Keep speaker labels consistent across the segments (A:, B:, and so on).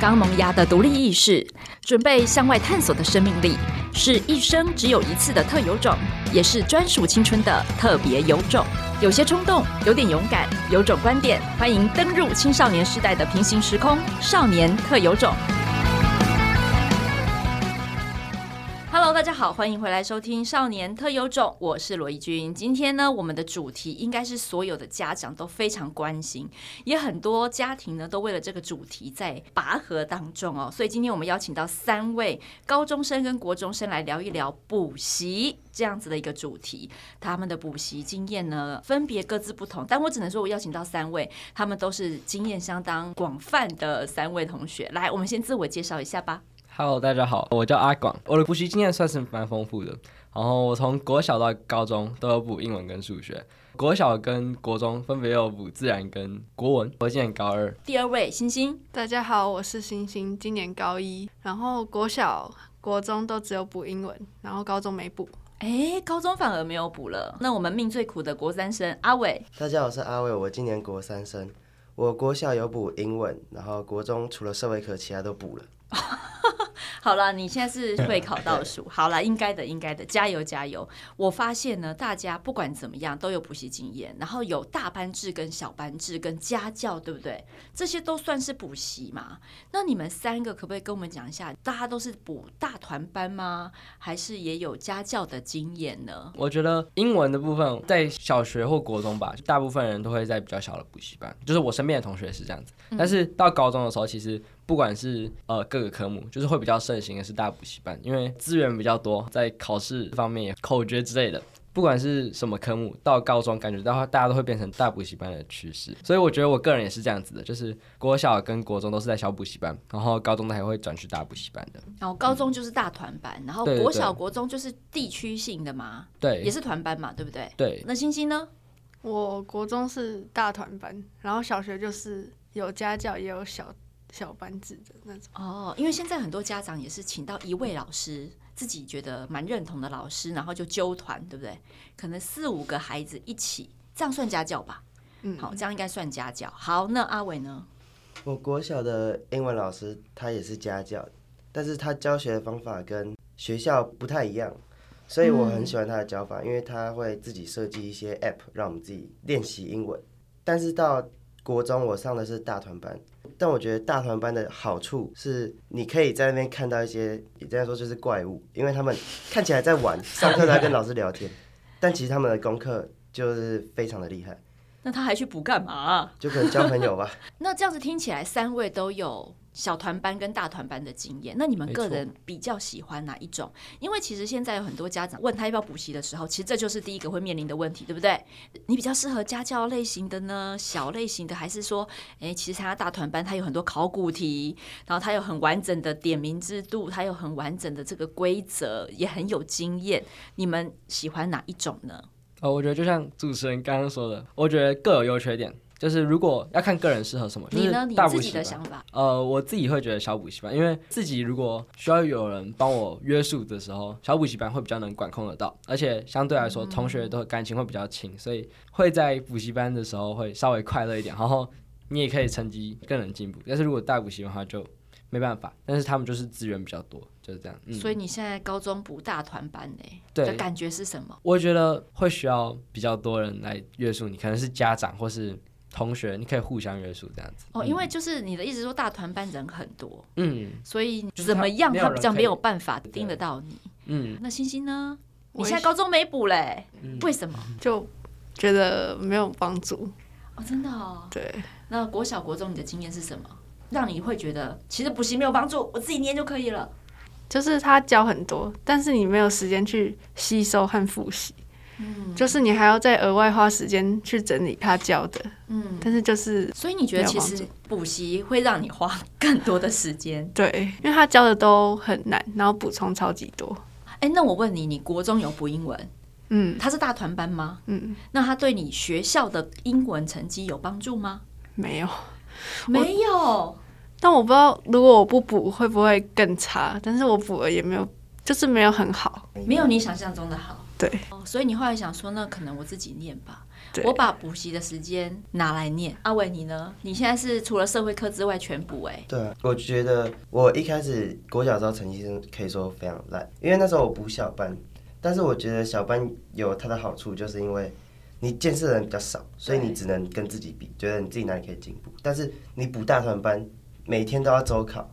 A: 刚萌芽的独立意识，准备向外探索的生命力，是一生只有一次的特有种，也是专属青春的特别有种。有些冲动，有点勇敢，有种观点，欢迎登入青少年时代的平行时空——少年特有种。Hello，大家好，欢迎回来收听《少年特有种》，我是罗伊君。今天呢，我们的主题应该是所有的家长都非常关心，也很多家庭呢都为了这个主题在拔河当中哦。所以今天我们邀请到三位高中生跟国中生来聊一聊补习这样子的一个主题，他们的补习经验呢分别各自不同，但我只能说我邀请到三位，他们都是经验相当广泛的三位同学。来，我们先自我介绍一下吧。
B: Hello，大家好，我叫阿广，我的补习经验算是蛮丰富的。然后我从国小到高中都有补英文跟数学，国小跟国中分别有补自然跟国文。我今年高二，
A: 第二位，星星。
C: 大家好，我是星星，今年高一，然后国小、国中都只有补英文，然后高中没补。
A: 哎，高中反而没有补了。那我们命最苦的国三生阿伟，
D: 大家好，我是阿伟，我今年国三生。我国校有补英文，然后国中除了社会课，其他都补了。
A: 好了，你现在是会考倒 数，好了，应该的，应该的，加油加油！我发现呢，大家不管怎么样都有补习经验，然后有大班制跟小班制跟家教，对不对？这些都算是补习嘛。那你们三个可不可以跟我们讲一下，大家都是补大团班吗？还是也有家教的经验呢？
B: 我觉得英文的部分在小学或国中吧，大部分人都会在比较小的补习班，就是我身边的同学是这样子。
A: 嗯
B: 但是到高中的时候，其实不管是呃各个科目，就是会比较盛行的是大补习班，因为资源比较多，在考试方面也口诀之类的。不管是什么科目，到高中感觉到大家都会变成大补习班的趋势，所以我觉得我个人也是这样子的，就是国小跟国中都是在小补习班，然后高中还会转去大补习班的。
A: 然后高中就是大团班，然后
B: 对对
A: 国小、
B: 对
A: 国中就是地区性的嘛，也
B: 对，
A: 是团班嘛，对不对？
B: 对，
A: 那星星呢？
C: 我国中是大团班，然后小学就是有家教也有小小班制的那种。
A: 哦，因为现在很多家长也是请到一位老师，自己觉得蛮认同的老师，然后就揪团，对不对？可能四五个孩子一起，这样算家教吧？
C: 嗯，
A: 好，这样应该算家教。好，那阿伟呢？
D: 我国小的英文老师他也是家教，但是他教学的方法跟学校不太一样，所以我很喜欢他的教法，因为他会自己设计一些 app 让我们自己练习英文。但是到国中我上的是大团班，但我觉得大团班的好处是你可以在那边看到一些，也这样说就是怪物，因为他们看起来在玩，上课在跟老师聊天，但其实他们的功课就是非常的厉害，
A: 那他还去补干嘛、
D: 就可能交朋友吧。
A: 那这样子听起来，三位都有小团班跟大团班的经验。那你们个人比较喜欢哪一种？因为其实现在有很多家长问他要不要补习的时候，其实这就是第一个会面临的问题，对不对？你比较适合家教类型的呢，小类型的，还是说，诶，其实参加大团班，它有很多考古题，然后它有很完整的点名制度，它有很完整的这个规则，也很有经验。你们喜欢哪一种呢？
B: 呃，我觉得就像主持人刚刚说的，我觉得各有优缺点，就是如果要看个人适合什么，就
A: 你
B: 是
A: 呢？你
B: 大补
A: 自己
B: 习
A: 的
B: 班。
A: 想法？
B: 呃，我自己会觉得小补习班，因为自己如果需要有人帮我约束的时候，小补习班会比较能管控得到，而且相对来
A: 嗯
B: 说，同学都感情会比较亲，所以会在补习班的时候会稍微快乐一点，然后你也可以成绩更能进步。但是如果大补习班的话就没办法，但是他们就是资源比较多，就是这样。嗯，
A: 所以你现在高中补大团班嘞、
B: 对
A: 的感觉是什么？
B: 我觉得会需要比较多人来约束你，可能是家长或是同学，你可以互相约束这样子。
A: 哦，因为就是你的意思说大团班人很多，
B: 嗯
A: 所以
B: 就是
A: 怎么样
B: 他没有
A: 他
B: 人
A: 比较
B: 可以
A: 没有办法盯得到你。
B: 嗯，
A: 那星星呢？你
C: 我也
A: 现在高中没补嘞、
B: 嗯
A: 为什么？
C: 就觉得没有帮助。
A: 哦，真的哦。
C: 对，
A: 那国小、国中你的经验是什么？让你会觉得其实补习没有帮助，我自己念就可以了。
C: 就是他教很多，但是你没有时间去吸收和复习。就是你还要再额外花时间去整理他教的，
A: 嗯，
C: 但是就是
A: 所以你觉得其
C: 没有
A: 实补习会让你花更多的时间？
C: 对，因为他教的都很难，然后补充超级多。
A: 哎、那我问你，你国中有补英文？
C: 嗯
A: 他是大团班吗？
C: 嗯，
A: 那他对你学校的英文成绩有帮助吗？
C: 没有。
A: 没有。
C: 但我不知道如果我不补会不会更差，但是我补了也没有，就是没有很好。
A: 没有你想象中的好。
C: 对，
A: 哦，所以你后来想说，那可能我自己念吧
C: 对。
A: 我把补习的时间拿来念。阿伟，你呢？你现在是除了社会科之外全补哎、
D: 对啊，我觉得我一开始国小的时候成绩真的可以说非常烂，因为那时候我补小班，但是我觉得小班有它的好处，就是因为你见识的人比较少，所以你只能跟自己比，觉得你自己哪里可以进步。但是你补大团班，每天都要周考，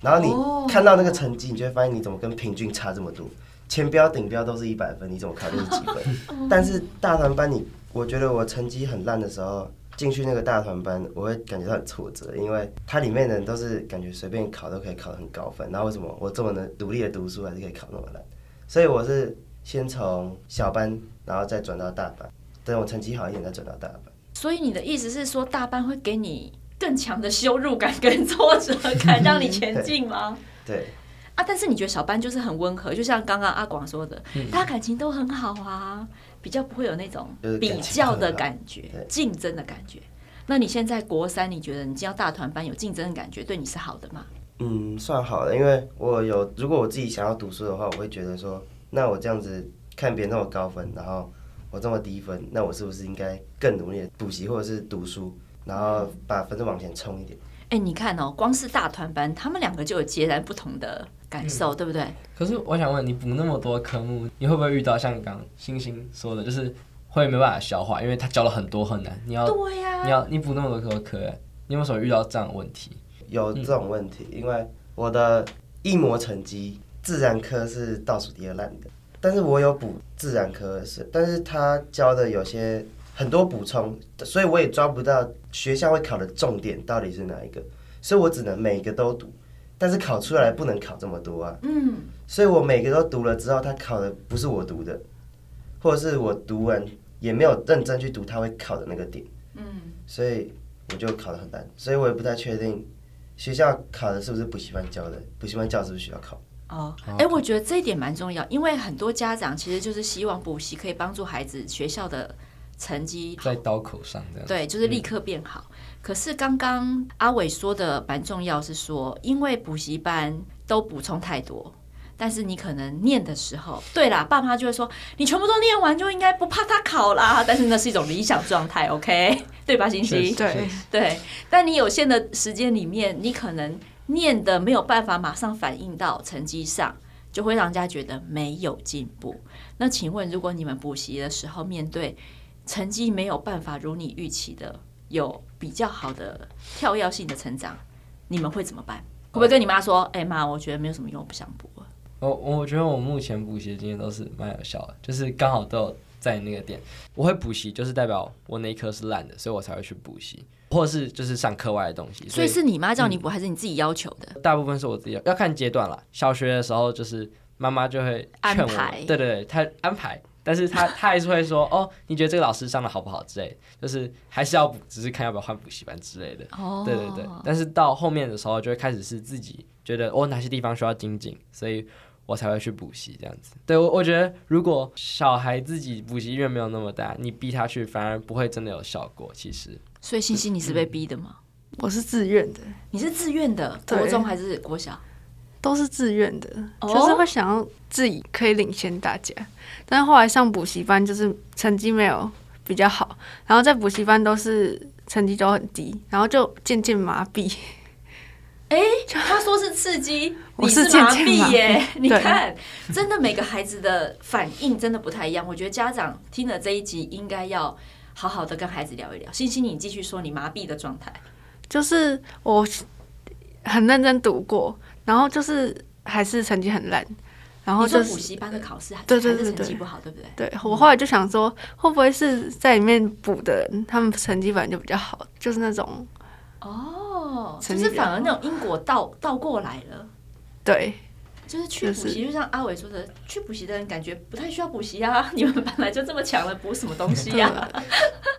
D: 然后
A: 哦
D: 你看到那个成绩，你就会发现你怎么跟平均差这么多，前标顶标都是一百分，你怎么考就是几分？但是大团班你，我觉得我成绩很烂的时候。进去那个大团班，我会感觉到很挫折，因为它里面的人都是感觉随便考都可以考得很高分，然后为什么我这么能努力的读书还是可以考那么烂？所以我是先从小班，然后再转到大班，等我成绩好一点再转到大班。
A: 所以你的意思是说，大班会给你更强的羞辱感跟挫折 感，让你前进吗？
D: 对，
A: 啊，但是你觉得小班就是很温和，就像刚刚阿广说的，
C: 嗯
A: 大家感情都很好啊，比较不会有那种
D: 就是感
A: 比
D: 情
A: 较的
D: 很好
A: 感觉
D: 对、
A: 竞争的感觉。那你现在国三，你觉得你进到大团班有竞争的感觉，对你是好的吗？
D: 嗯，算好了，因为我有，如果我自己想要读书的话，我会觉得说，那我这样子看别人那么高分，然后我这么低分，那我是不是应该更努力的补习或者是读书，然后把分数往前冲一点？
A: 哎、你看哦，光是大团班，他们两个就有截然不同的
B: 嗯
A: 感受，对不对？
B: 可是我想问你，补那么多科目，你会不会遇到像刚刚星星说的，就是会没办法消化，因为他教了很多很难，你要
A: 对呀、
B: 你要你补那么多科科，你有没有什么遇到这样的问题？
D: 有这种问题，因为我的一模成绩自然科是倒数第二烂的，但是我有补自然科是，但是他教的有些很多补充，所以我也抓不到学校会考的重点到底是哪一个，所以我只能每个都读，但是考出来不能考这么多啊，
A: 嗯，
D: 所以我每个都读了之后，他考的不是我读的，或者是我读完也没有认真去读他会考的那个点，嗯，所以我就考得很烂，所以我也不太确定学校考的是不是补习班教的，补习班教是不是学校考？
A: 哦，哎、我觉得这一点蛮重要，因为很多家长其实就是希望补习可以帮助孩子学校的成绩
B: 在刀口上这样，
A: 对，就是立刻变好。可是刚刚阿伟说的蛮重要，是说因为补习班都补充太多，但是你可能念的时候，对啦，爸妈就会说你全部都念完就应该不怕他考啦，但是那是一种理想状态，OK，对吧，星
B: 确实
A: 星？
C: 对
B: 确实
A: 对，但你有限的时间里面，你可能念的没有办法马上反映到成绩上，就会让人家觉得没有进步。那请问，如果你们补习的时候面对成绩没有办法如你预期的有比较好的跳跃性的成长，你们会怎么办？会不会跟你妈说：“哎、妈，我觉得没有什么用，我不想补了。
B: 我我觉得我目前补习的经验都是蛮有效的，就是刚好都有在那个点。我会补习，就是代表我那一科是烂的，所以我才会去补习，或者是就是上课外的东西。”
A: 所以是嗯你妈叫你补，还是你自己要求的？
B: 大部分是我自己要要看阶段啦。小学的时候就是妈妈就会劝
A: 安排
B: 我，对对对，她安排，但是她她还是会说哦，你觉得这个老师上的好不好之类的，就是还是要补，只是看要不要换补习班之类的。
A: 哦
B: 对对对，但是到后面的时候就会开始是自己觉得我、哦、哪些地方需要精进，所以我才会去补习这样子。对我我觉得如果小孩自己补习意愿没有那么大，你逼他去反而不会真的有效果。其实
A: 所以欣欣，你是被逼的吗？
C: 我是自愿的，
A: 你是自愿的，
C: 对
A: 国中还是国小？
C: 都是自愿的，
A: 哦
C: 就是会想要自己可以领先大家。但是后来上补习班，就是成绩没有比较好，然后在补习班都是成绩都很低，然后就渐渐麻痹。
A: 哎、他说是刺激，
C: 我
A: 你
C: 是
A: 麻
C: 渐渐麻
A: 痹耶！你
C: 对
A: 看，真的每个孩子的反应真的不太一样。我觉得家长听了这一集，应该要好好的跟孩子聊一聊。欣欣，你继续说你麻痹的状态。
C: 就是我很认真读过，然后就是还是成绩很烂，然后
A: 你说
C: 就
A: 补
C: 是
A: 习班的考试还
C: 对对对
A: 还是成绩
C: 对
A: 不好，对不对？
C: 对我后来就想说，会不会是在里面补的人，他们成绩本来就比较好，就是那种
A: 哦，就
C: 成绩
A: 是
C: 比较
A: 反而那种因果倒倒过来了。
C: 对
A: 就是去
C: 就
A: 补习，
C: 是
A: 就像阿伟说的，去补习的人感觉不太需要补习啊， 你们本来就这么强了，补什么东西啊？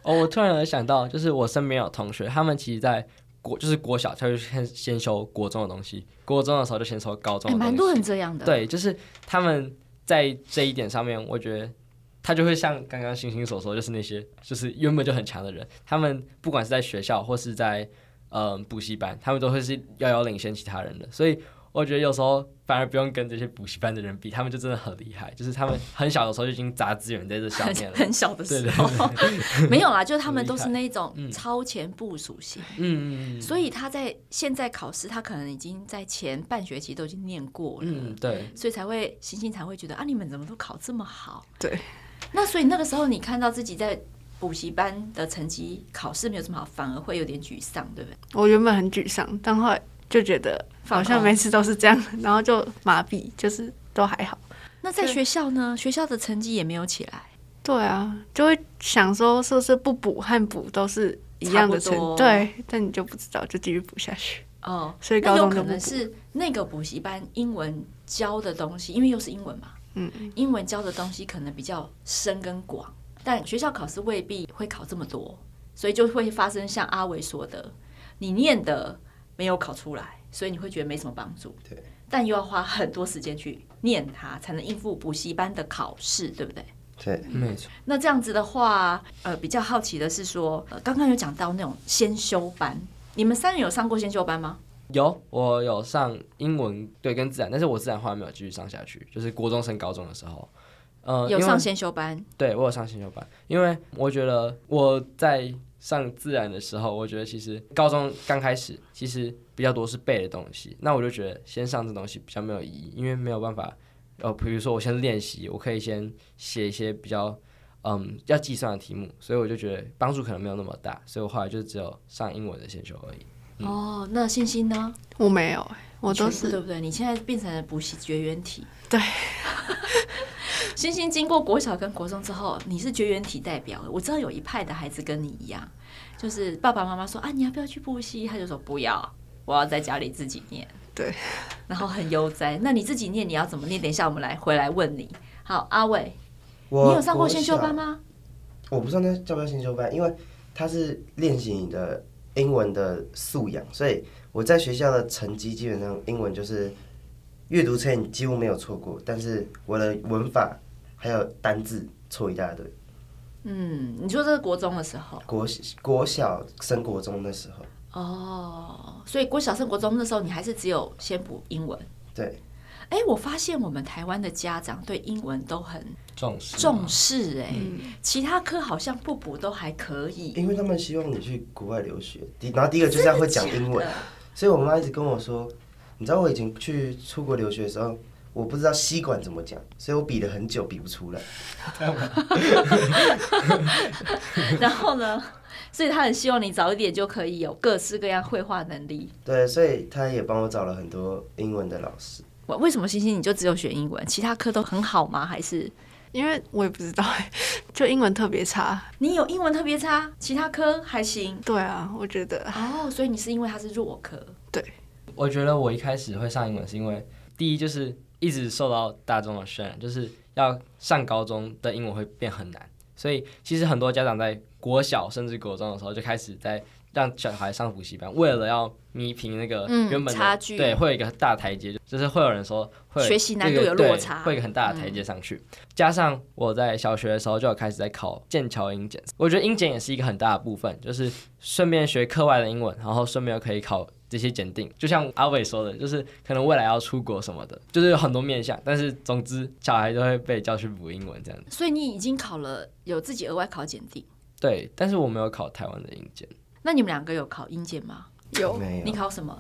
B: 哦，我突然有想到，就是我身边有同学，他们其实在国就是国小，他就先先修国中的东西，国中的时候就先修高中
A: 哎
B: 的东
A: 蛮
B: 西。
A: 多人这样的。
B: 对，就是他们在这一点上面，我觉得他就会像刚刚星星所说，就是那些就是原本就很强的人，他们不呃管是在学校或是在嗯补习班，他们都会是遥遥领先其他人的。所以我觉得有时候反而不用跟这些补习班的人比，他们就真的很厉害，就是他们很小的时候就已经砸资源在这上
A: 很
B: 面了。
A: 很小的时候， 没有啦，就是他们都是那种超前部署型，
B: 嗯嗯嗯
A: 所以他在现在考试，他可能已经在前半学期都已经念过了，
B: 嗯，对，
A: 所以才会星星才会觉得啊，你们怎么都考这么好？
C: 对，
A: 那所以那个时候你看到自己在补习班的成绩考试没有这么好，反而会有点沮丧，对不对？
C: 我原本很沮丧，但后来就觉得好像每次都是这样，然后就麻痹，就是都还好。
A: 那在学校呢？学校的成绩也没有起来，
C: 对啊，就会想说是不是不补和补都是一样的成
A: 差不多
C: 对，但你就不知道，就继续补下去。
A: 哦，
C: 所以
A: 那
C: 高
A: 有
C: 中就
A: 可
C: 不补
A: 能。是那个补习班英文教的东西，因为又是英文嘛，
C: 嗯，
A: 英文教的东西可能比较深跟广，但学校考试未必会考这么多，所以就会发生像阿伟说的，你念的没有考出来，所以你会觉得没什么帮助，
D: 对，
A: 但又要花很多时间去念它，才能应付补习班的考试，对不对？
D: 对，
A: 嗯
B: 没错。
A: 那这样子的话，呃，比较好奇的是说，呃，刚刚有讲到那种先修班，你们三人有上过先修班吗？
B: 有，我有上英文对跟自然，但是我自然后来没有继续上下去，就是国中升高中的时候，呃，
A: 有
B: 因为
A: 上先修班，
B: 对我有上新修班，因为我觉得我在上自然的时候，我觉得其实高中刚开始其实比较多是背的东西，那我就觉得先上这东西比较没有意义，因为没有办法，呃，比如说我先练习，我可以先写一些比较嗯要计算的题目，所以我就觉得帮助可能没有那么大，所以我后来就只有上英文的先修而已。
A: 哦，那信心呢？
C: 我没有、欸，我
A: 全
C: 都
A: 部对
C: 是
A: 不对？你现在变成了补习绝缘体。
C: 对。
A: 星星经过国小跟国中之后，你是绝缘体代表。我知道有一派的孩子跟你一样，就是爸爸妈妈说啊，你要不要去补习？他就说不要，我要在家里自己念。
C: 对。
A: 然后很悠哉。那你自己念，你要怎么念？等一下我们来回来问你。好，阿伟，你
D: 我
A: 有上过
D: 国
A: 先修
D: 小
A: 班？吗？
D: 我不知道那叫不叫先修班，因为它是练习你的英文的素养，所以我在学校的成绩基本上英文就是阅读测验几乎没有错过，但是我的文法还有单字错一大堆。
A: 嗯，你说这是国中的时候
D: 国国小升国中的时候，
A: 哦，所以国小升国中那时候，你还是只有先补英文。
D: 对，
A: 哎、我发现我们台湾的家长对英文都很
B: 重视
A: 重视、哎、其他科好像不补都还可以。
D: 因为他们希望你去国外留学，第然后第一个就是要会讲英
A: 真
D: 文
A: 的假，的
D: 所以我妈一直跟我说，你知道我以前去出国留学的时候，我不知道吸管怎么讲，所以我比了很久比不出来。
A: 然后呢，所以他很希望你早一点就可以有各式各样绘画能力。
D: 对，所以她也帮我找了很多英文的老师。
A: 我为什么星星你就只有选英文，其他科都很好吗？还是
C: 因为我也不知道、欸，就英文特别差。
A: 你有英文特别差，其他科还行？
C: 对啊，我觉得
A: 哦，所以你是因为它是弱科，
B: 我觉得我一开始会上英文是因为，第一就是一直受到大众的渲染，就是要上高中的英文会变很难，所以其实很多家长在国小甚至国中的时候就开始在让小孩上补习班，为了要弥平那个
A: 嗯
B: 原本的、
A: 差距
B: 对，会有一个大台阶，就是会有人说会有
A: 学习难度
B: 这个
A: 有落
B: 对
A: 差嗯
B: 会有一个很大的台阶上去。加上我在小学的时候就有开始在考剑桥英检，我觉得英检也是一个很大的部分，就是顺便学课外的英文，然后顺便又可以考这些检定。就像阿伟说的，就是可能未来要出国什么的，就是有很多面向。但是总之，小孩都会被叫去补英文这样子。
A: 所以你已经考了，有自己额外考检定。
B: 对，但是我没有考台湾的英检，
A: 那你们两个有考英检吗？
C: 有
D: 没
A: 你
D: 有，
A: 考什么？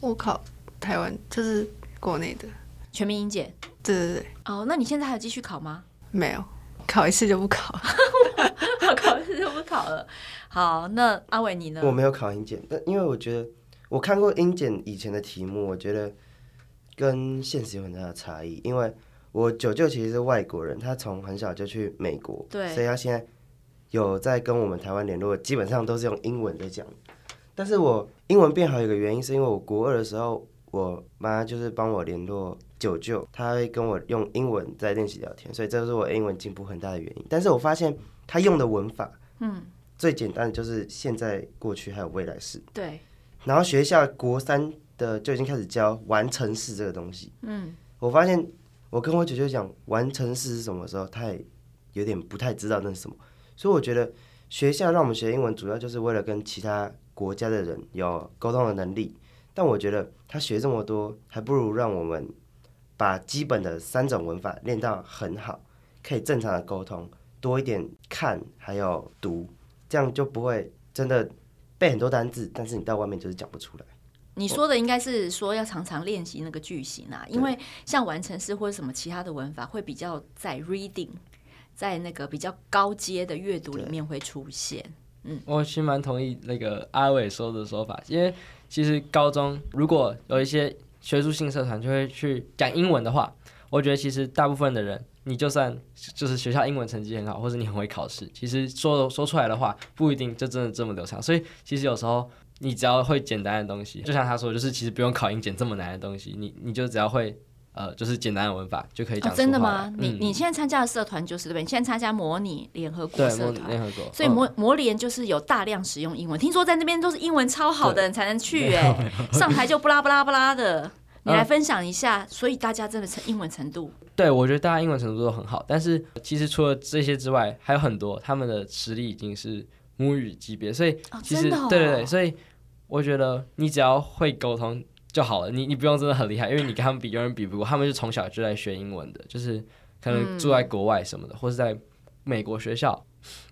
C: 我考台湾，就是国内的。
A: 全民英检。
C: 对对对，
A: 哦，那你现在还有继续考吗？
C: 没有考一次就不考。
A: 考试就不考了。好，那阿伟你呢？
D: 我没有考英检，但因为我觉得我看过英检以前的题目，我觉得跟现实有很大的差异。因为我舅舅其实是外国人，他从很小就去美国，
A: 对
D: 所以他现在有在跟我们台湾联络，基本上都是用英文在讲。但是我英文变好有一个原因，是因为我国二的时候，我妈就是帮我联络舅舅，她会跟我用英文在练习聊天，所以这是我英文进步很大的原因。但是我发现他用的文法，
A: 嗯，
D: 最简单的就是现在、过去还有未来式。
A: 对，
D: 然后学校国三的就已经开始教完成式这个东西。
A: 嗯，
D: 我发现我跟我姐姐讲完成式是什么的时候，她也有点不太知道那是什么。所以我觉得学校让我们学英文，主要就是为了跟其他国家的人有沟通的能力，但我觉得他学这么多，还不如让我们把基本的三种文法练到很好，可以正常的沟通，多一点看还有读，这样就不会真的背很多单字，但是你到外面就是讲不出来。
A: 你说的应该是说要常常练习那个句型啊，因为像完成式或者什么其他的文法会比较在 reading，在那个比较高阶的阅读里面会出现。
B: 我其实蛮同意那个阿伟说的说法，因为其实高中如果有一些学术性社团就会去讲英文的话，我觉得其实大部分的人，你就算就是学校英文成绩很好，或者你很会考试，其实说说出来的话不一定就真的这么流畅。所以其实有时候你只要会简单的东西，就像他说，就是其实不用考英检这么难的东西，你你就只要会呃就是简单的文法就可以讲、
A: 哦、真的吗？
B: 嗯
A: 你、你现在参加的社团就是对不对？你现在参加模拟联合国
B: 对
A: 社团，
B: 联合国，
A: 所以
B: 嗯
A: 模模联就是有大量使用英文，听说在那边都是英文超好的人才能去哎、上台就不拉不拉不拉的。你来分享一下，所以大家真的成英文程度
B: 对，我觉得大家英文程度都很好，但是其实除了这些之外，还有很多他们的实力已经是母语级别，所以
A: 哦，
B: 其
A: 真
B: 实、
A: 的、哦、
B: 对对对，所以我觉得你只要会沟通就好了，你你不用真的很厉害，因为你跟他们比永远比不过，他们是从小就在学英文的，就是可能
A: 嗯
B: 住在国外什么的，或是在美国学校，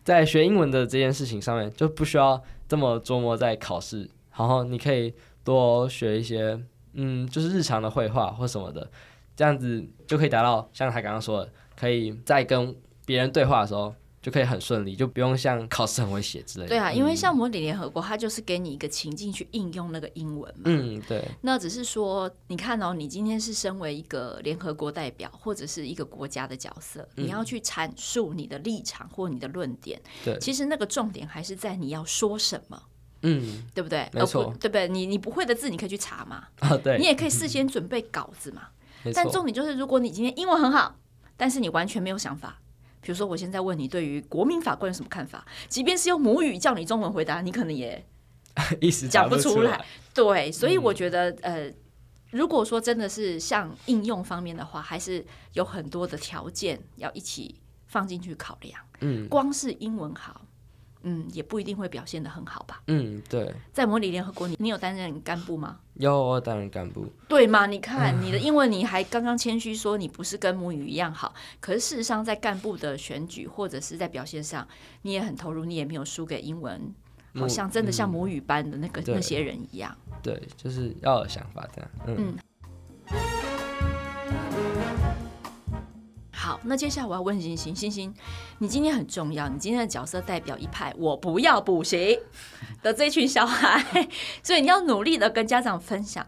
B: 在学英文的这件事情上面就不需要这么琢磨在考试，然后你可以多学一些嗯，就是日常的绘画或什么的，这样子就可以达到像他刚刚说的，可以在跟别人对话的时候。就可以很顺利，就不用像考试很会写之类的。
A: 对啊，因为
B: 嗯
A: 像模拟联合国，它就是给你一个情境去应用那个英文嘛。
B: 嗯，对，
A: 那只是说，你看哦，你今天是身为一个联合国代表或者是一个国家的角色，
B: 嗯
A: 你要去阐述你的立场或你的论点。
B: 对
A: 其实那个重点还是在你要说什么，
B: 嗯，
A: 对不对？
B: 没错
A: 而不对不对？你你不会的字，你可以去查嘛，
B: 啊，对，
A: 你也可以事先准备稿子嘛。
B: 没
A: 但
B: 错，
A: 重点就是，如果你今天英文很好，但是你完全没有想法，比如说我现在问你对于国民法官有什么看法，即便是用母语叫你中文回答，你可能也
B: 一时
A: 讲
B: 不
A: 不出
B: 来
A: 来。。对，所以
B: 嗯
A: 我觉得，呃，如果说真的是像应用方面的话，还是有很多的条件要一起放进去考量。
B: 嗯
A: 光是英文好，嗯，也不一定会表现的很好吧。
B: 嗯，对，
A: 在模拟联合国，你你有担任干部吗？
B: 有我当然干部。
A: 对嘛？你看你的英文，你还刚刚谦虚说你不是跟母语一样好，可是事实上在干部的选举或者是在表现上，你也很投入，你也没有输给英文，好
B: 母
A: 像真的像母语班的那个、
B: 对
A: 那些人一样。
B: 对，就是要有想法这样。嗯，
A: 好，那接下来我要问星星，星星，你今天很重要，你今天的角色代表一派“我不要补习”的这群小孩，所以你要努力的跟家长分享。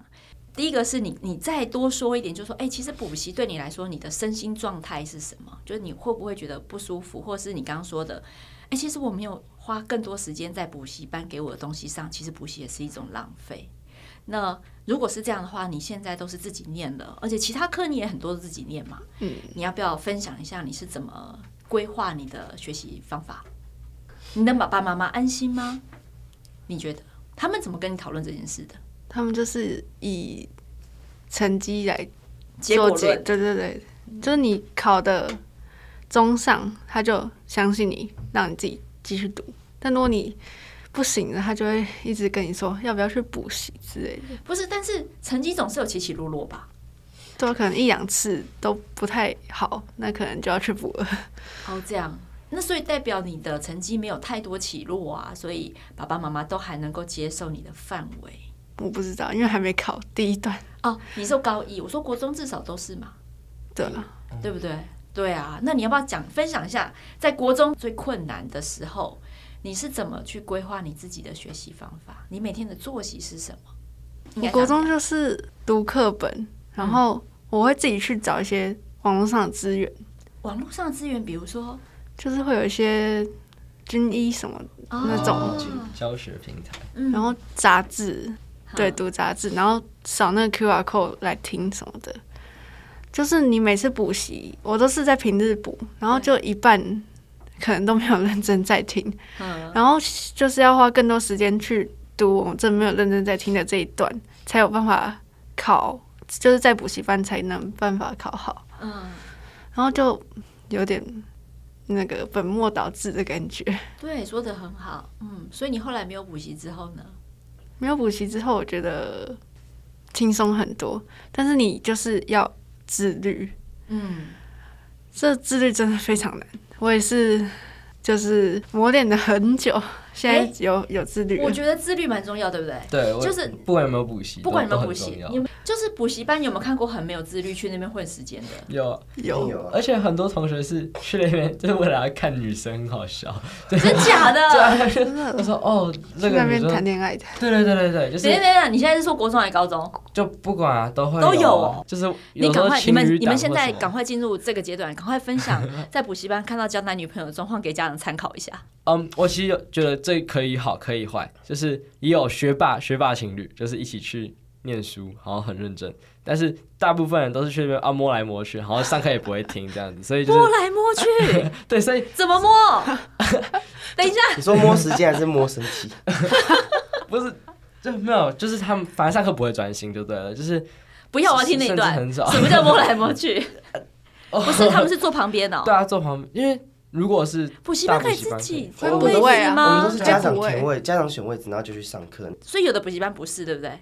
A: 第一个是你，你再多说一点，就说，哎、其实补习对你来说，你的身心状态是什么？就是你会不会觉得不舒服，或是你刚刚说的，哎、其实我没有花更多时间在补习班给我的东西上，其实补习也是一种浪费。那如果是这样的话，你现在都是自己念的，而且其他课你也很多自己念嘛，你要不要分享一下你是怎么规划你的学习方法？你能把爸妈妈安心吗？你觉得他们怎么跟你讨论这件事的？
C: 他们就是以成绩来
A: 结果
C: 做结，
A: 论
C: 对对对，就是你考的中上，他就相信你，让你自己继续读。但如果你不行了，他就会一直跟你说要不要去补习之类的，
A: 不是，但是成绩总是有起起落落吧？
C: 都可能一两次都不太好，那可能就要去补了。
A: 哦，这样，那所以代表你的成绩没有太多起落啊，所以爸爸妈妈都还能够接受你的范围。
C: 我不知道，因为还没考第一段，
A: 哦，你说高一，我说国中至少都是嘛，
C: 对啊，
A: 对不对？对啊，那你要不要讲分享一下，在国中最困难的时候，你是怎么去规划你自己的学习方法？你每天的作息是什么？应
C: 我
A: 该
C: 国
A: 这样
C: 中
A: 讲
C: 就是读课本，然后我会自己去找一些网络上的资源，
A: 网络上的资源，比如说
C: 就是会有一些军医什么的，那种
A: 哦
B: 教学平台。
A: 嗯
C: 然后杂志，
A: 好
C: 对，读杂志，然后扫那个 QR code 来听什么的。就是你每次补习，我都是在平日补，然后就一半可能都没有认真在听，
A: 嗯
C: 然后就是要花更多时间去读我真没有认真在听的这一段，才有办法考，就是在补习班才能办法考好，
A: 嗯，
C: 然后就有点那个本末倒置的感觉。
A: 对，说的很好，嗯，所以你后来没有补习之后呢？
C: 没有补习之后，我觉得轻松很多，但是你就是要自律，
A: 嗯，
C: 这自律真的非常难。我也是，就是磨练了很久，现
A: 哎
C: 在有、有自律了。
A: 我觉得自律蛮重要，对不对？
B: 对，我
A: 就是
B: 不管有没有补习，
A: 不管有
B: 都
A: 没有
B: 都
A: 补
B: 很
A: 习
B: 重，要
A: 你有就是补习班有没有看过很没有自律去那边混时间 的？
B: 有啊，
D: 一定
C: 有
D: 有啊
B: 而，且很多同学是去那边就是为了要看女生，很好笑。
A: 真假的？
B: 对啊，
A: 等
B: 就是他说哦，这
C: 去
B: 个
C: 那
B: 女
C: 边
B: 生，
C: 谈恋爱的，
B: 对对对对对，就
A: 一下
B: 是
A: 等一下，你现在是说国中还是高中？
B: 就不管啊，都会
A: 都有
B: 啊
A: 哦
B: 就是有
A: 你
B: 时
A: 赶
B: 候
A: 快，你
B: 情
A: 们
B: 侣
A: 你们
B: 档
A: 现
B: 或
A: 在
B: 什么
A: 赶快进入这个阶段，赶快分 享在补习班看到交男女朋友的状况，给家长参考一下。
B: 嗯，我其实有觉得这可以好，可以坏，就是也有学霸学霸情侣，就是一起去念书，然后很认真，但是大部分人都是去那边啊摸来摸去，然后上课也不会听这样子，所以就
A: 摸
B: 是
A: 来摸 去，
B: 对，所以
A: 怎么 摸？等一下，
D: 你说摸时间还是摸身体？
B: 不是就没有，就是他们反正上课不会专心就对了，就是
A: 不要，我要啊听那一段。
B: 甚至很 少
A: 什么叫摸来摸去？
B: 哦
A: 不是，他们是坐旁边哦。
B: 对啊坐旁边，因为如果是
A: 补习
B: 大
A: 班可以自
B: 可
A: 己
C: 我
A: 填
C: 们补的位
A: 置
C: 啊
D: 我们
A: 吗
D: 都是？
C: 啊
D: 家长
C: 就不会
D: 填位，家长选位置，然后就去上课。
A: 所以有的补习班不是，对不对？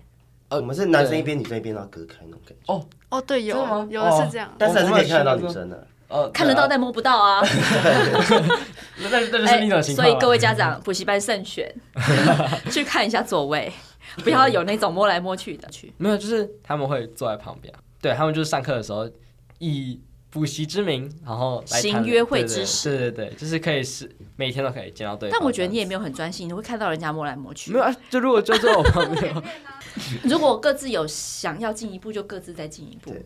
B: 呃
D: 我们是男生
B: 对
D: 一边，女生一边，然后隔开那种感觉。
C: 哦，对，有
B: 真的吗
C: 有的
B: 哦
C: 是这样。
D: 但是还是可以看得到女生的。
B: 呃
A: 看得到
B: 对啊
A: 但摸不到啊。哎
B: 那那 那就是另一种情
A: 所
B: 况啊
A: 以
B: 了。
A: 各位家长，补习班慎 选，去看一下座位，不要有那种摸来摸去的去。
B: 没有，就是他们会坐在旁边，对他们就是上课的时候以补习之名，然后来
A: 行
B: 谈
A: 约会
B: 对对
A: 之实
B: 对对对，就是可以是每天都可以见到对方。
A: 但我觉得你也
B: 这样
A: 没有很啊专心，你会看到人家摸来摸
B: 子
A: 去。
B: 没有，啊，就如果就坐我旁边，
A: 如果各自有想要进一步，就各自再进一步
D: 对。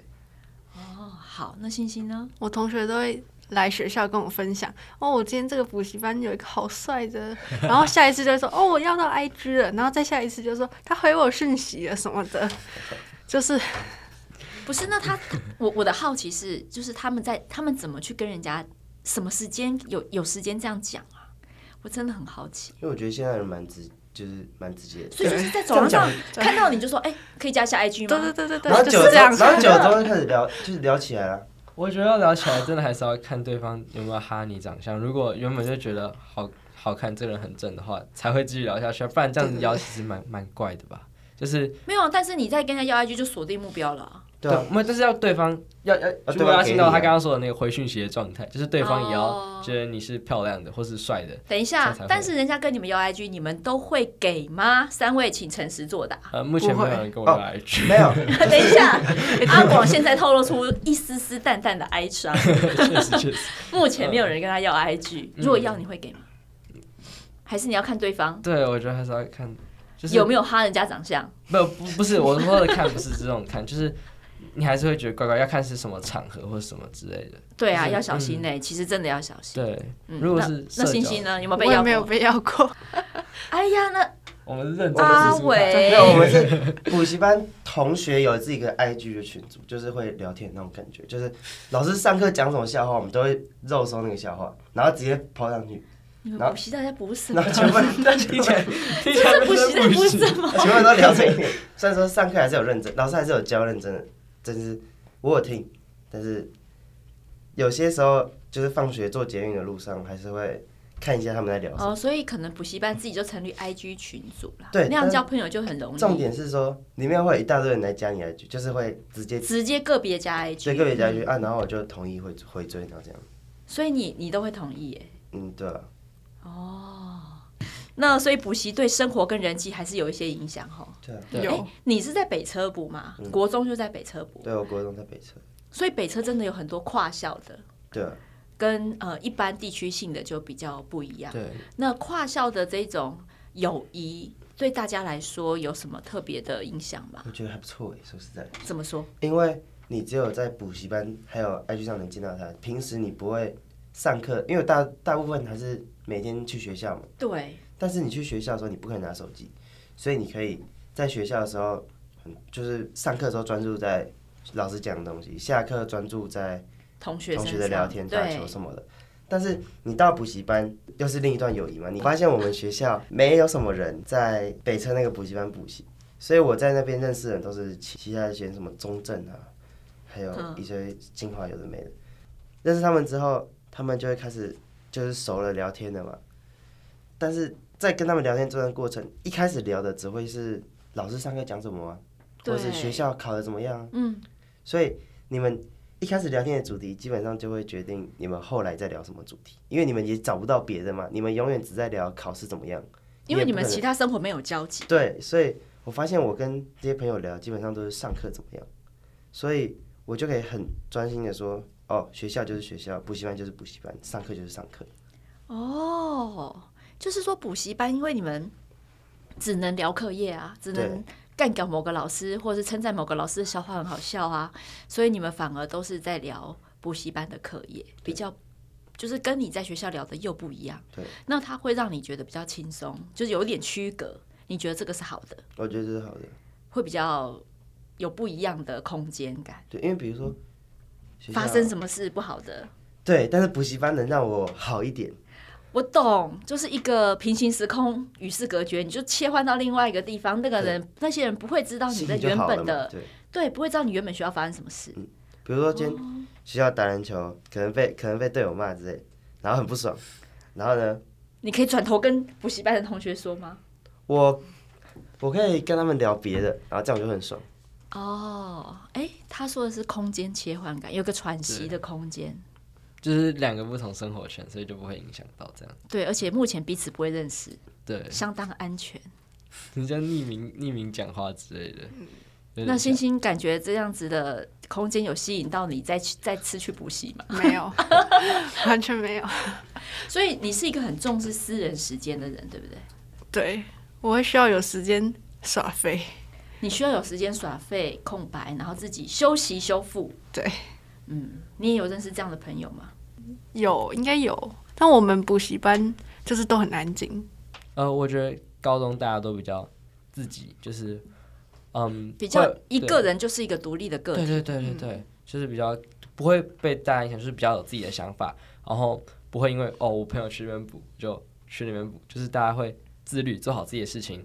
A: 哦，好，那星星呢？
C: 我同学都会来学校跟我分享，哦，我今天这个补习班有一个好帅的，然后下一次就会说，哦，我要到 IG 了，然后再下一次就说他回我讯息了什么的，就是
A: 不是，那他， 我我的好奇是，就是他们在他们怎么去跟人家，什么时间有有时间这样讲啊？我真的很好奇。
D: 因为我觉得现在人蛮直，就是蛮直接的。
A: 所以就是在走
D: 这
A: 廊
D: 样
A: 上
D: 讲
A: 看到你就说，哎、可以加一下 IG
C: 对
A: 吗？
C: 对对对
D: 然后
C: 对，就是这
D: 久了之
C: 样
D: 后，
C: 子。
D: 然后久了之后就开始聊，就是聊起来了。
B: 我觉得要聊起来真的还是要看对方有没有哈你长相。如果原本就觉得好好看，这个人很正的话，才会继续聊下去，不然这样子聊其实蛮蛮怪的吧。就是
A: 没有，啊但是你在跟人家要 IG 就锁定目标了啊。
D: 对啊，
B: 没有，就是要对方要要，
D: 方
B: 如果要
D: 给
B: 进到
D: 你
B: 他
D: 啊
B: 刚刚说的那个回讯息的状态，就是对方也
A: 哦
B: 要觉得你是漂亮的或是帅的，
A: 等一
B: 这
A: 下
B: 才会，
A: 但是人家跟你们要 IG，你们都会给吗？三位请诚实作答。
B: 呃，目前
C: 不
B: 没
C: 会
B: 有人跟我
D: 哦
B: 要 IG，
D: 没有，
A: 等一下，阿广现在透露出一丝丝淡淡的哀伤。
B: 确实确实。
A: 目前没有人跟他要 IG，
B: 嗯
A: 如果要你会给吗？还是你要看对方
B: 对，我觉得还是要看，就是
A: 有没有哈人家长相？
B: 有不不不是我说的看，不是这种看，就是你还是会觉得怪怪，要看是什么场合或者什么之类的。
A: 对啊，
B: 就是嗯
A: 要小心呢。其实真的要小心。
B: 对，
A: 嗯
B: 如果
A: 那
B: 是社
A: 那
B: 交
A: 星星呢？有没有被
C: 我也
A: 要
C: 没有
A: 过？
C: 被要过，
A: 哎呀，那
B: 我们是认真
A: 阿
B: 的是
A: 伟
D: 没有，我们是补习班同学有自己的 IG 的群组，就是会聊天那种感觉，就是老师上课讲什么笑话，我们都会肉搜那个笑话，然后直接抛上去，
A: 你
D: 然
A: 们
D: 后
A: 补习大家补什么
D: 然？后全部人，
B: 听起来 听起来
A: 这补习在补什么？
D: 全部人都聊这一点。虽然说上课还是有认真，老师还是有教认真的，真是我有听，但是有些时候就是放学做捷运的路上，还是会看一下他们在聊什 么。
A: 哦，所以可能补习班自己就成立 IG 群组啦，
D: 对
A: 那样交朋友就很容易。
D: 重点是说，里面会有一大堆人来加你 IG，就是会直接
A: 直接个别加
D: 追
A: IG，
D: 个别加 IG 啊，然后我就同意会回追，然后这样。
A: 所以你你都会同意耶。
D: 嗯，对啊。
A: 那所以补习对生活跟人际还是有一些影响哈。
D: 对啊，
B: 对嗯
A: 哎，你是在北车补吗？国中就在北车补，
D: 对我国中在北车，
A: 所以北车真的有很多跨校的，
D: 对啊，
A: 跟呃一般地区性的就比较不一样。
B: 对，
A: 那跨校的这种友谊，对大家来说有什么特别的影响吗？
D: 我觉得还不错哎，说实在，
A: 怎么说？
D: 因为你只有在补习班还有 IG 上能见到他，平时你不会上课，因为大大部分还是每天去学校嘛，
A: 对，
D: 但是你去学校的时候你不可能拿手机，所以你可以在学校的时候，很就是上课的时候专注在老师讲的东西，下课专注在
A: 同学
D: 同
A: 身上
D: 学的聊天、打
A: 对
D: 球，什么的。但是你到补习班又是另一段友谊嘛？你发现我们学校没有什么人在北车那个补习班补习，所以我在那边认识的人都是其其他一些什么中正啊，还有
A: 嗯
D: 一些清华有的没的。认识他们之后，他们就会开始就是熟了聊天的嘛。但是在跟他们聊天这段过程，一开始聊的只会是老师上课讲什么啊，或是
A: 对
D: 学校考的怎么样。啊
A: 嗯，
D: 所以你们一开始聊天的主题，基本上就会决定你们后来在聊什么主题，因为你们也找不到别的嘛，你们永远只在聊考试怎么样。
A: 因为
D: 也
A: 你
D: 不
A: 们
D: 可能
A: 其他生活没有交集，
D: 对，所以我发现我跟这些朋友聊，基本上都是上课怎么样，所以我就可以很专心的说，哦，学校就是学校，补习班就是补习班，上课就是上课。
A: 哦，就是说补习班，因为你们只能聊课业啊，只能干掉某个老师，或者是称赞某个老师的笑话很好笑啊，所以你们反而都是在聊补习班的课业，比较就是跟你在学校聊的又不一样。
D: 对，
A: 那它会让你觉得比较轻松，就是有一点区隔。你觉得这个是好的，
D: 我觉得这是好的，
A: 会比较有不一样的空间感。
D: 对，因为比如说学校
A: 发生什么事不好的，
D: 对，但是补习班能让我好一点，
A: 我懂，就是一个平行时空与世隔绝，你就切换到另外一个地方，那个人那些人不会知道你
D: 心
A: 的
D: 情就
A: 原
D: 好了
A: 本
D: 嘛。
A: 的
D: 对，
A: 对，不会知道你原本学校发生什么事。
D: 比如说今
A: 哦
D: 天学校打篮球，可能被可能被队友骂之类，然后很不爽，然后呢，
A: 你可以转头跟补习班的同学说吗？
D: 我我可以跟他们聊别的，然后这样我就很爽。
A: 哦，哎，他说的是空间切换感，有个喘息的空间。
B: 就是两个不同生活圈，所以就不会影响到这样。
A: 对，而且目前彼此不会认识，
B: 对，
A: 相当安全。
B: 你像匿名匿名讲话之类的。有点
A: 嗯那星
B: 像
A: 星感觉这样子的空间有吸引到你再去再次去补习吗？
C: 没有，完全没有。
A: 所以你是一个很重视私人时间的人，对不对？
C: 对，我会需要有时间耍飞。
A: 你需要有时间耍废、空白，然后自己休息修复。
C: 对，
A: 嗯，你也有认识这样的朋友吗？
C: 有，应该有。但我们补习班就是都很安静，
B: 呃，我觉得高中大家都比较自己，就是嗯，
A: 比较
B: 会
A: 一
B: 对
A: 个人就是一个独立的个
B: 对
A: 体，嗯
B: 对对对对，就是比较不会被大家影响，就是比较有自己的想法，然后不会因为哦我朋友去那边补就去那边补，就是大家会自律，做好自己的事情，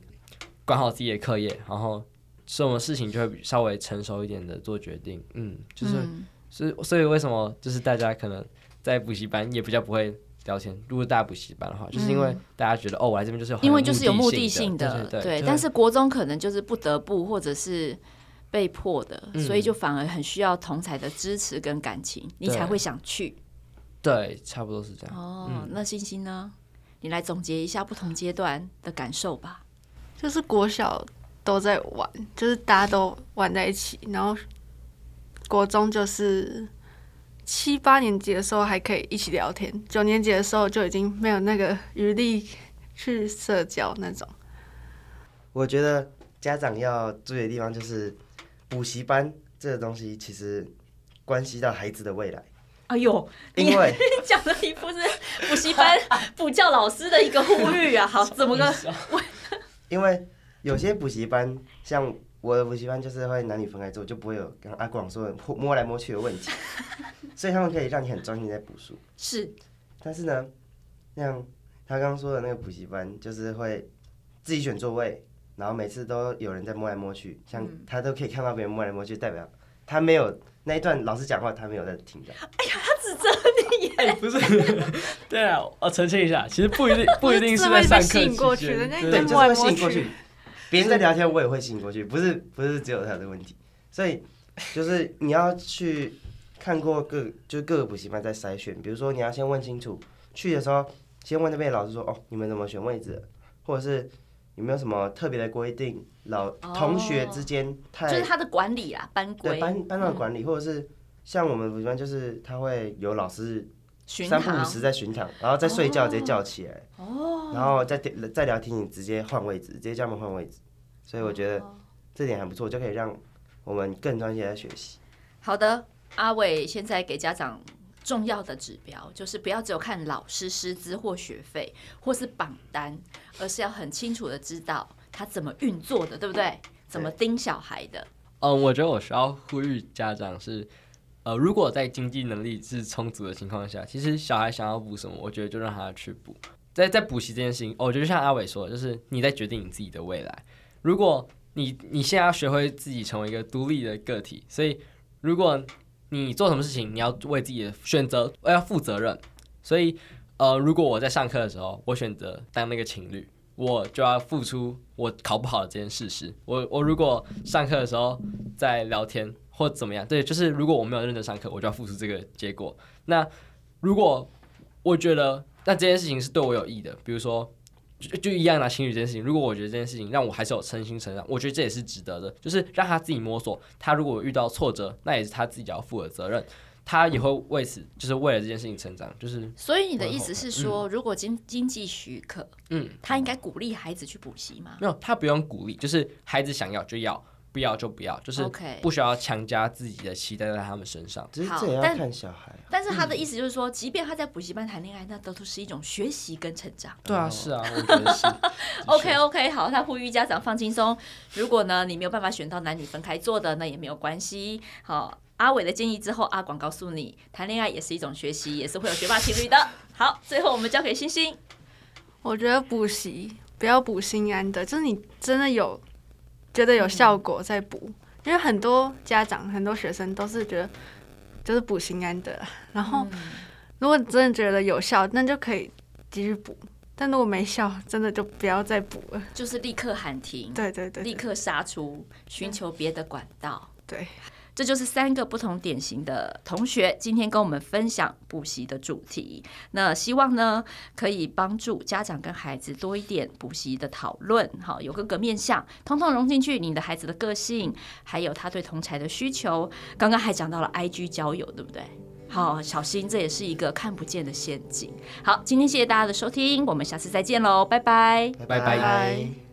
B: 管好自己的课业，然后什么事情就会稍微成熟一点的做决定。嗯，就是、
A: 嗯
B: 所以所以为什么就是大家可能在补习班也比较不会。聊天，如果大家补习班的话，就是因为大家觉得、哦，我来这边就是有
A: 嗯
B: 很
A: 因为就是有目的
B: 的
A: 性的，
B: 对对就会
A: 但是国中可能就是不得不或者是被迫的，
B: 嗯
A: 所以就反而很需要同才的支持跟感情，你才
B: 对
A: 会想去。
B: 对，差不多是这样。
A: 哦，
B: 嗯
A: 那星星呢？你来总结一下不同阶段的感受吧。
C: 就是国小都在玩，就是大家都玩在一起。然后国中就是七八年级的时候还可以一起聊天，九年级的时候就已经没有那个余力去社交那种。
D: 我觉得家长要注意的地方就是，补习班这个东西其实关系到孩子的未来，
A: 哎呦， 你
D: 因为
A: 讲的一副是补习 班补教老师的一个呼吁啊，好，怎么个
D: 因为有些补习班，像我的补习班就是会男女分开做，就不会有刚刚阿广说的摸摸来摸去的问题，所以他们可以让你很专心在补书。
A: 是
D: 但是呢，像他刚刚说的那个补习班，就是会自己选座位，然后每次都有人在摸来摸去，像他都可以看到别人摸来摸去，代表他没有那一段老师讲话，他没有在听到。
B: 哎，不是，对啊，我澄清一下，其实不一 定，不一定
C: 是
B: 在
C: 会
B: 上
C: 被
B: 课
C: 吸引
B: 期
C: 过
B: 间
C: 去的那
B: 对
D: 对，
C: 种
D: 就是
C: 摸来
D: 会
C: 摸
D: 吸引过
C: 去
D: 去。别人在聊天，我也会吸引过去，不是不是只有他的问题。所以就是你要去看过各就是各个补习班在筛选，比如说你要先问清楚，去的时候先问那边的老师说哦，你们怎么选位置的，或者是有没有什么特别的规定，老同学之间
A: 哦就
D: 太、
A: 是他的管理啦，班规、嗯
D: 对班班上的管理，或者是像我们补习班就是他会有老师
A: 巡
D: 三不五
A: 堂
D: 时在巡堂，然后在睡觉直接叫起来，哦，然后再再聊天，你直接换位置，直接叫他们换位置，所以我觉得
A: 哦
D: 这点还不错，就可以让我们更专心地在学习。
A: 好的，阿伟现在给家长重要的指标就是不要只有看老师师资或学费或是榜单，而是要很清楚的知道他怎么运作的，对不对？怎么盯小孩的？
B: 嗯，我觉得我需要呼吁家长是，呃，如果在经济能力是充足的情况下，其实小孩想要补什么，我觉得就让他去补。在在补习这件事情，哦我觉得就像阿伟说的，就是你在决定你自己的未来。如果你你现在要学会自己成为一个独立的个体，所以如果你做什么事情，你要为自己的选择呃要负责任。所以，呃，如果我在上课的时候，我选择当那个情侣，我就要付出我考不好的这件事实。我我如果上课的时候在聊天或怎么样，对，就是如果我没有认真上课，我就要付出这个结果。那如果我觉得那这件事情是对我有益的，比如说就就一样拿情侣这件事情，如果我觉得这件事情让我还是有身心成长，我觉得这也是值得的，就是让他自己摸索。他如果遇到挫折，那也是他自己要负的责任，他也会为此就是为了这件事情成长，就是
A: 所以你的意思
D: 嗯
A: 是说，如果经经济许可，
B: 嗯，
A: 他应该鼓励孩子去补习吗？
B: 没有他不用鼓励，就是孩子想要就要，不要就不要，就是
A: OK
B: 不需要强加自己的期待在他们身上。
D: 只是
A: 好
D: 这也要
A: 但
D: 看小孩啊。
A: 但是他的意思就是说，即便他在补习班谈恋爱，那都都是一种学习跟成长。
B: 对啊，
D: 哦
B: 是啊，我觉得是。
A: OK OK，好，他呼吁家长放轻松。如果呢你没有办法选到男女分开坐的，那也没有关系。好，阿伟的建议之后，阿广告诉你，谈恋爱也是一种学习，也是会有学霸情侣的。好，最后我们交给星星。
C: 我觉得补习不要补心安的，就是你真的有觉得有效果再补，因为很多家长、很多学生都是觉得就是补心安的，然后如果你真的觉得有效，那就可以继续补。但如果没效，真的就不要再补了。
A: 就是立刻喊停，
C: 对对对，
A: 立刻杀出，寻求别的管道。
C: 对，
A: 这就是三个不同典型的同学，今天跟我们分享补习的主题。那希望呢，可以帮助家长跟孩子多一点补习的讨论，好，有各个面向，通通融进去你的孩子的个性，还有他对同才的需求。刚刚还讲到了 IG 交友，对不对？好，小心，这也是一个看不见的陷阱。好，今天谢谢大家的收听，我们下次再见喽，拜拜。
B: 拜拜
C: 拜